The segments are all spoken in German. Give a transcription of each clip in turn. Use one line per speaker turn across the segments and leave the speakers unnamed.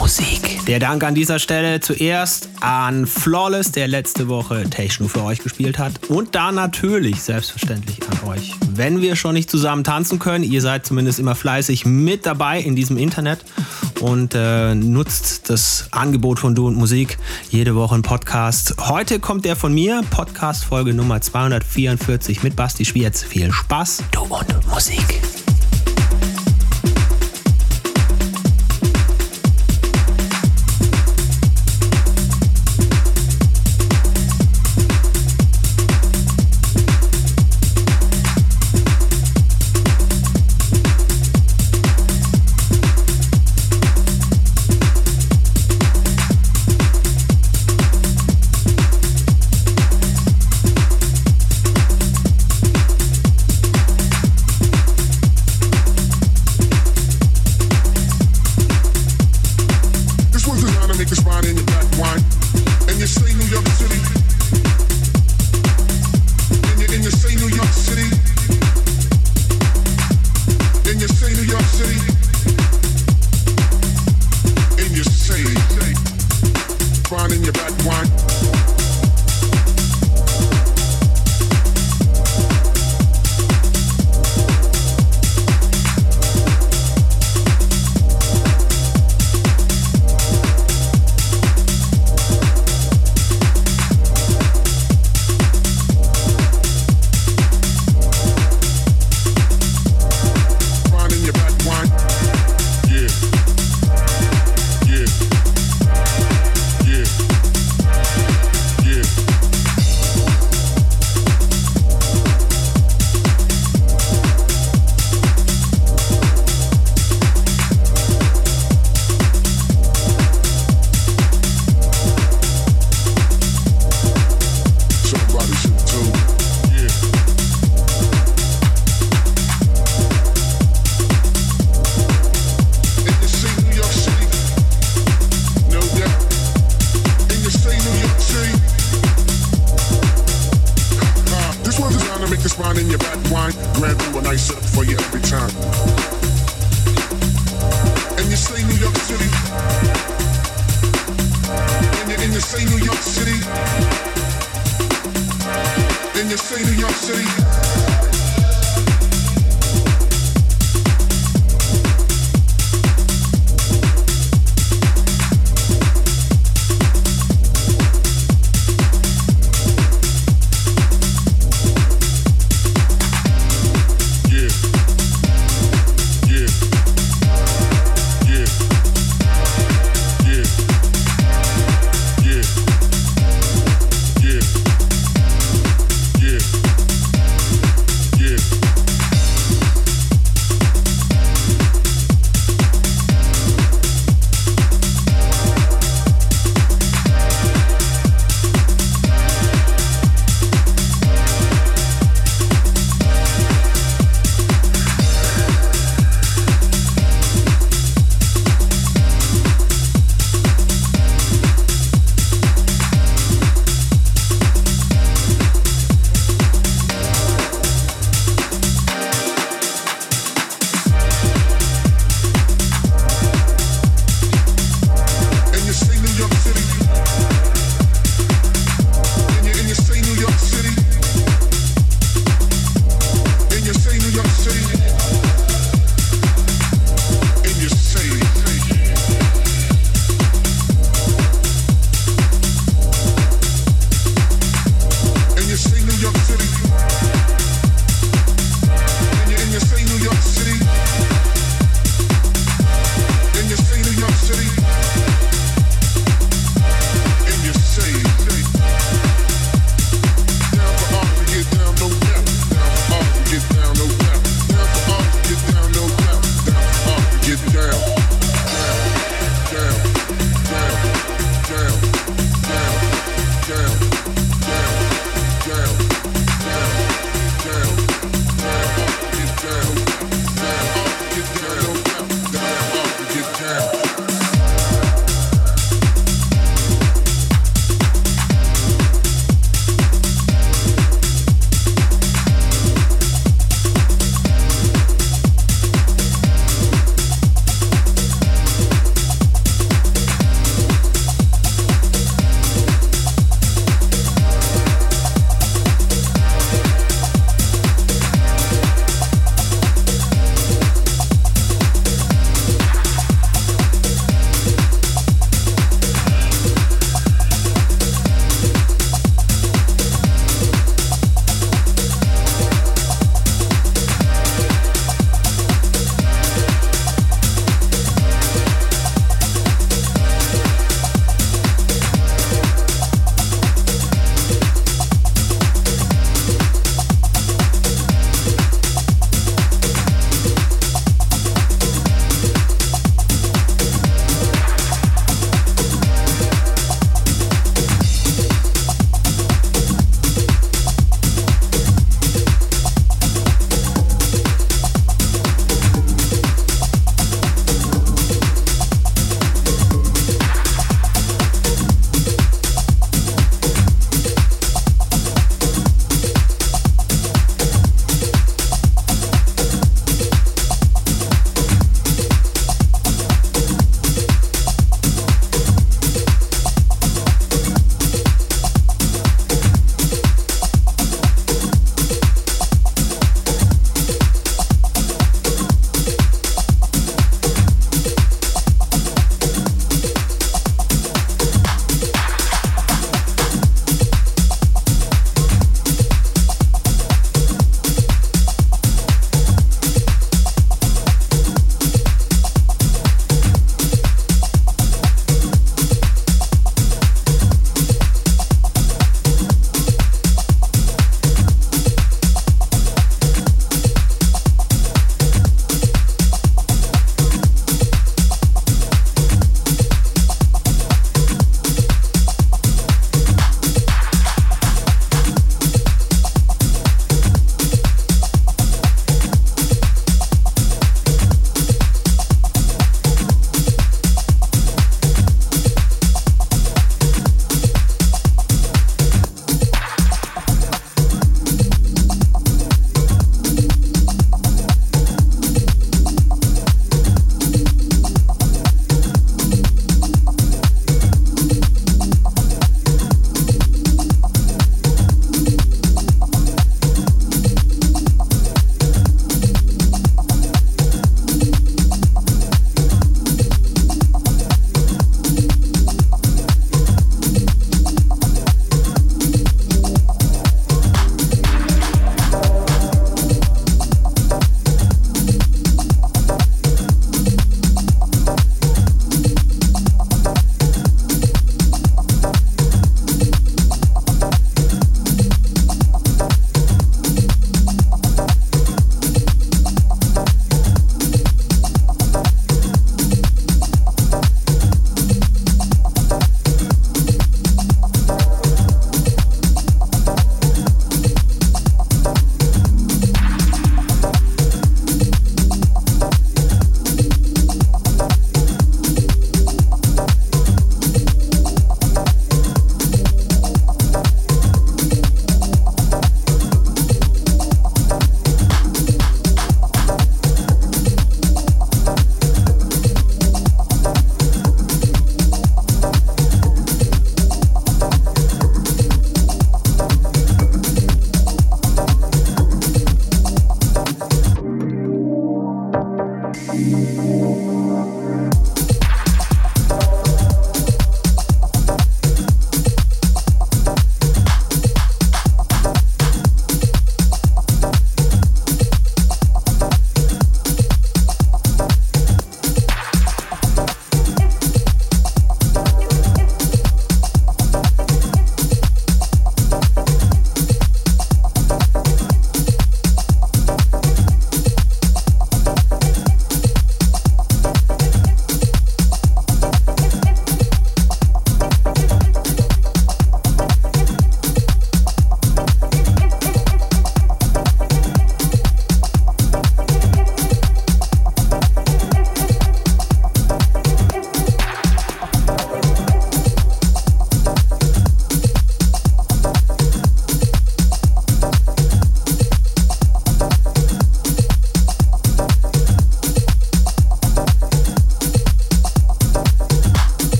Musik.
Der Dank an dieser Stelle zuerst an Flawless, der letzte Woche Techno für euch gespielt hat. Und da natürlich selbstverständlich an euch. Wenn wir schon nicht zusammen tanzen können, ihr seid zumindest immer fleißig mit dabei in diesem Internet und äh, nutzt das Angebot von Du und Musik. Jede Woche ein Podcast. Heute kommt der von mir, Podcast-Folge Nummer 244 mit Basti Schwierz. Viel Spaß.
Du und Musik.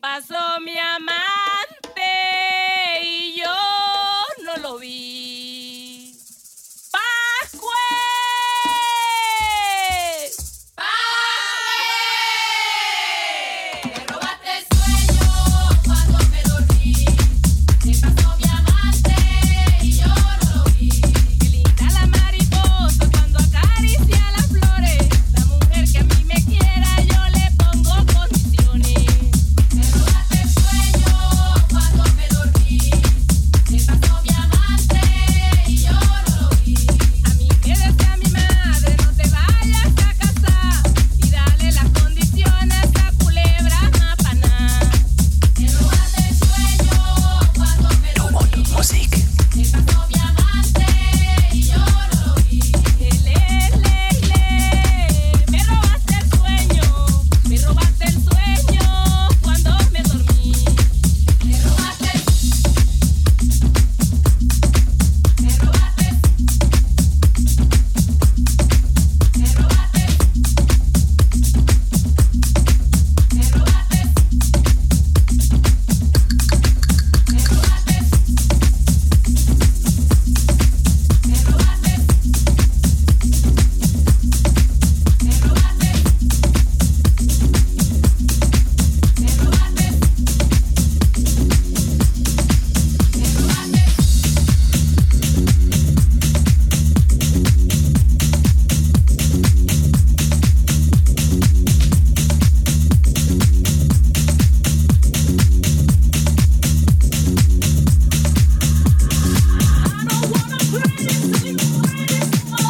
pasó mi amante y yo no lo vi. ¡Pascue! ¡Pascue!
Me robaste el sueño cuando me dormí. Me pasó mi amante y yo no lo vi.
Qué linda la mariposa cuando acaricia las flores. La mujer que a mí me quiera, yo le pongo condiciones.
Me robaste el sueño cuando me dormí. Me pasó mi amante y yo no lo vi.
A mí quédate a mi madre, no te vayas a casar y dale las condiciones a culebra mapaná.
Me robaste el sueño cuando me dormí. Me pasó mi amante y yo no lo vi.
Le, le, le, me robaste el sueño, me robaste el sueño cuando me dormí.
Me robaste, me robaste, me robaste, me robaste, me robaste, me robaste, me robaste, me robaste.
I don't wanna pray to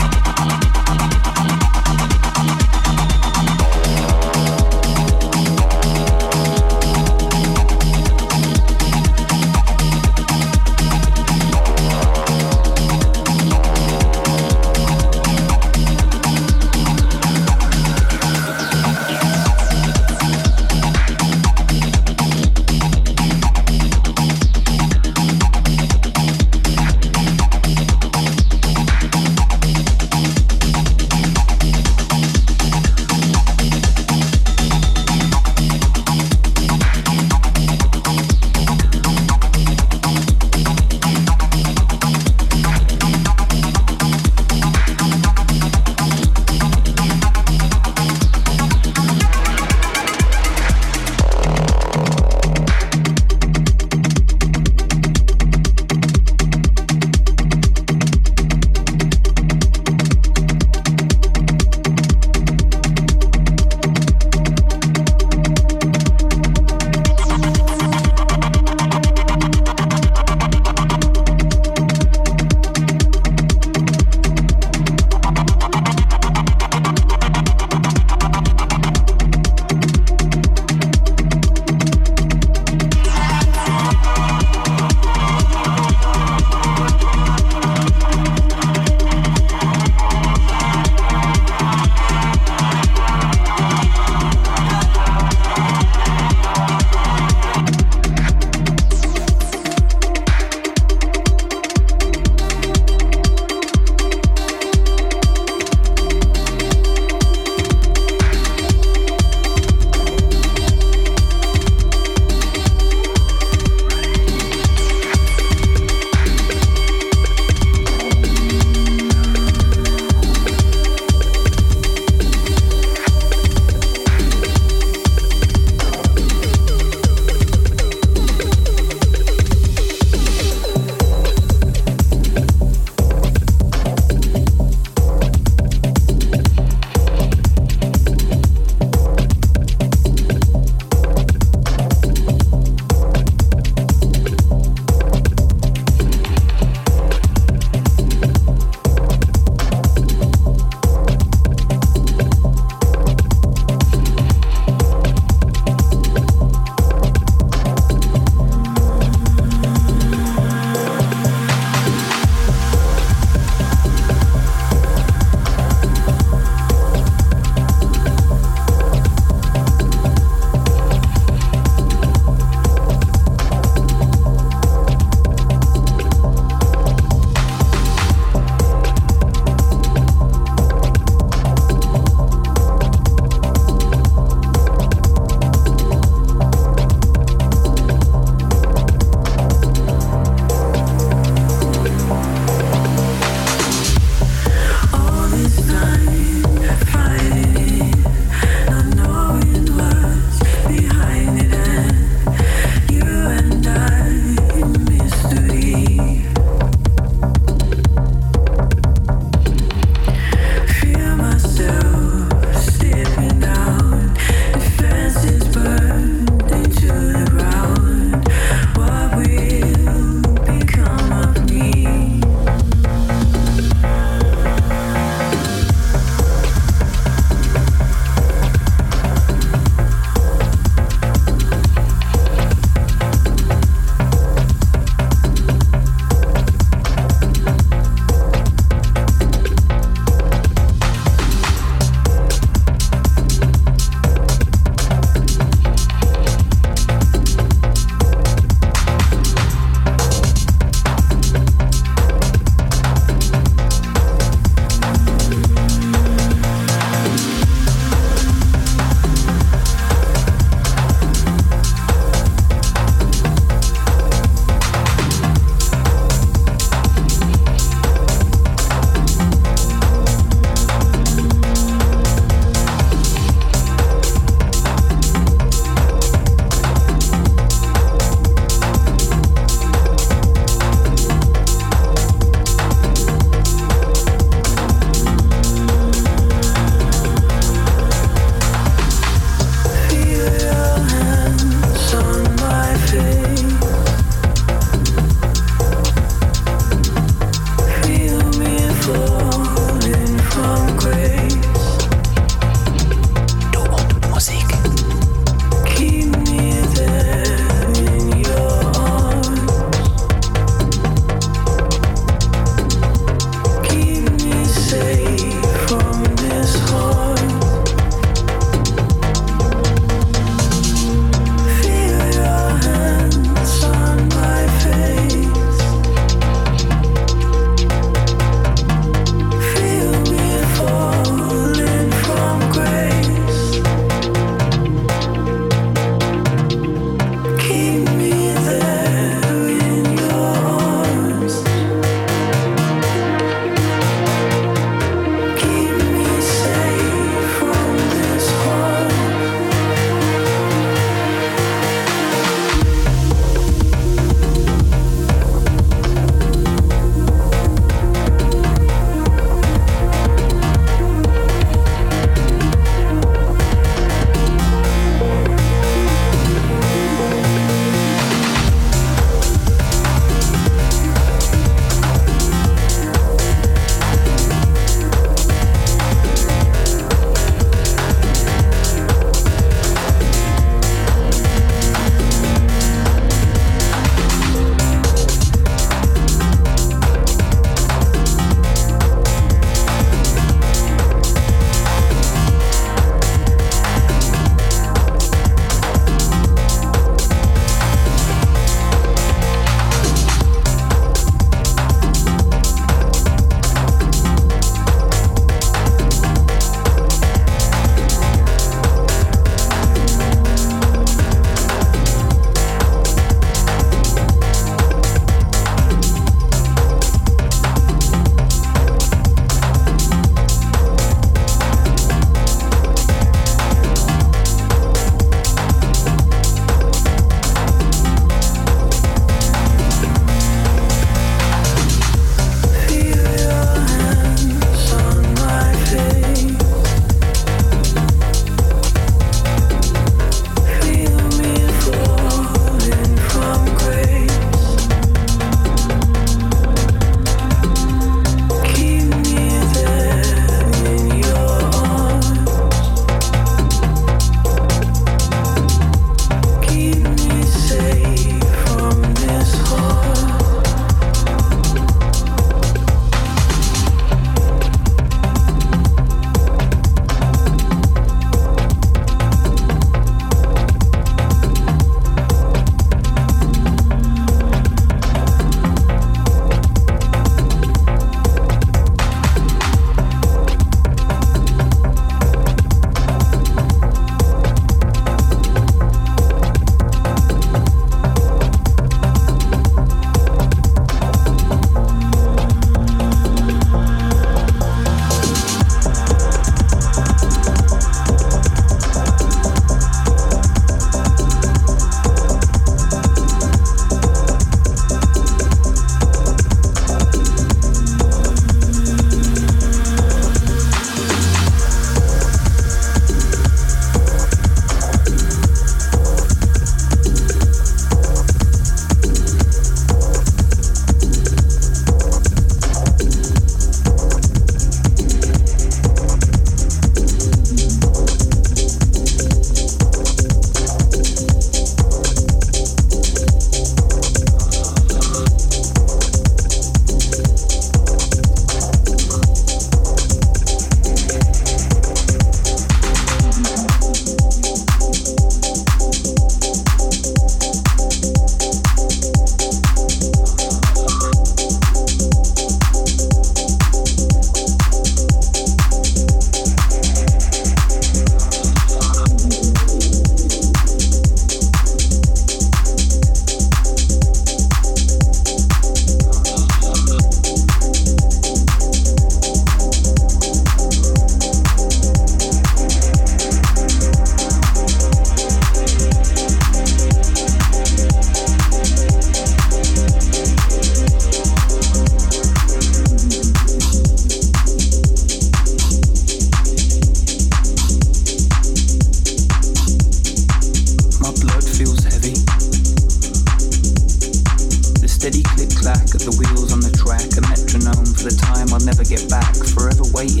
Steady click clack of the wheels on the track, a metronome for the time I'll never get back. Forever waiting,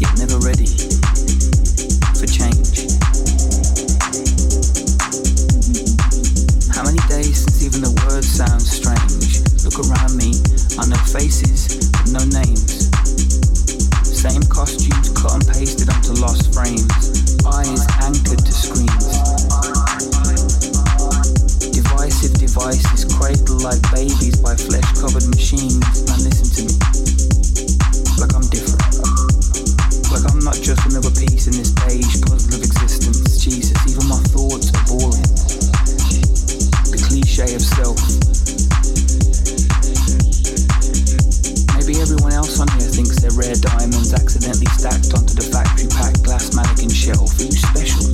yet never ready for change. How many days since even the word sounds strange? Look around me, I know faces, but no names. Same costumes cut and pasted onto lost frames, eyes anchored to screens. Divisive devices cradled like babies by flesh covered machines. Now listen to me. Like I'm different. Like I'm not just another piece in this beige puzzle of existence. Jesus, even my thoughts are boring. The cliche of self. Maybe everyone else on here thinks they're rare diamonds accidentally stacked onto the factory packed glass mannequin shelf. Who's special?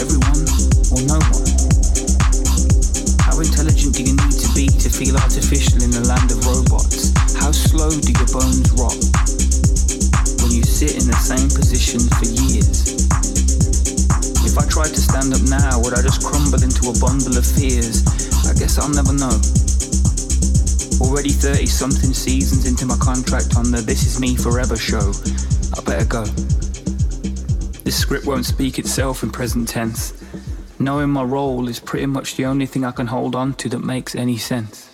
Everyone or no one? How intelligent do you need to be to feel artificial in the land of robots? How slow do your bones rot when you sit in the same position for years? If I tried to stand up now, would I just crumble into a bundle of fears? I guess I'll never know. Already 30 something seasons into my contract on the This Is Me Forever show. I better go. This script won't speak itself in present tense. Knowing my role is pretty much the only thing I can hold on to that makes any sense.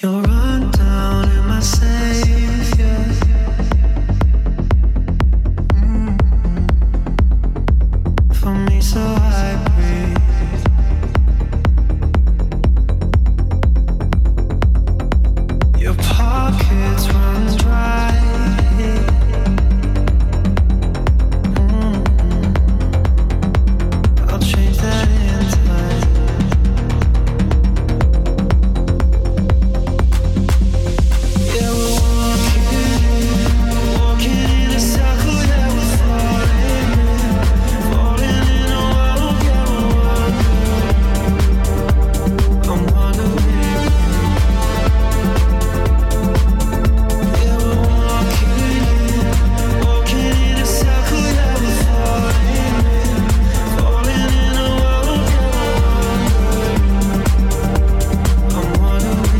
You're run down in my savior. Mm. For me, so I breathe. Your pockets run dry. Mm. I'll change that into mine. Yeah, we're walking, walking in a circle that we're falling in, falling in a wall. Yeah, we're walking. I'm wandering. Yeah, we're walking, walking in a circle that we're falling in, falling in a wall. Yeah, we're walking. I'm wandering.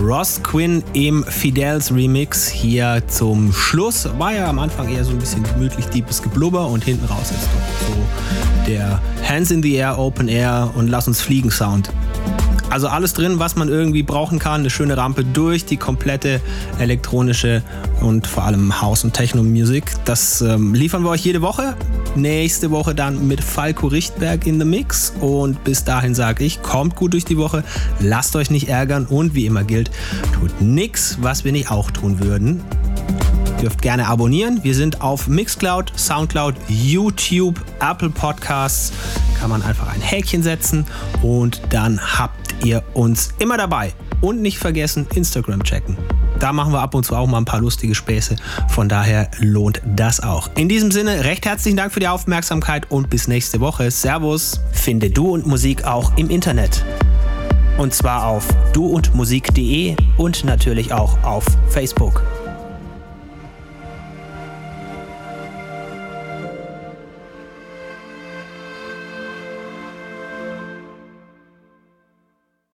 Ross Quinn im Fidels Remix hier zum Schluss. War ja am Anfang eher so ein bisschen gemütlich, deepes Geblubber und hinten raus ist doch so der Hands in the Air, Open Air und Lass uns fliegen Sound. Also alles drin, was man irgendwie brauchen kann. Eine schöne Rampe durch die komplette elektronische und vor allem House- und Techno-Musik. Das ähm, liefern wir euch jede Woche. Nächste Woche dann mit Falco Richtberg in the Mix. Und bis dahin sage ich, kommt gut durch die Woche, lasst euch nicht ärgern und wie immer gilt, tut nichts, was wir nicht auch tun würden. Dürft gerne abonnieren. Wir sind auf Mixcloud, Soundcloud, YouTube, Apple Podcasts. Kann man einfach ein Häkchen setzen und dann habt ihr uns immer dabei. Und nicht vergessen, Instagram checken. Da machen wir ab und zu auch mal ein paar lustige Späße. Von daher lohnt das auch. In diesem Sinne, recht herzlichen Dank für die Aufmerksamkeit und bis nächste Woche. Servus. Finde Du und Musik auch im Internet. Und zwar auf duundmusik.de und natürlich auch auf Facebook.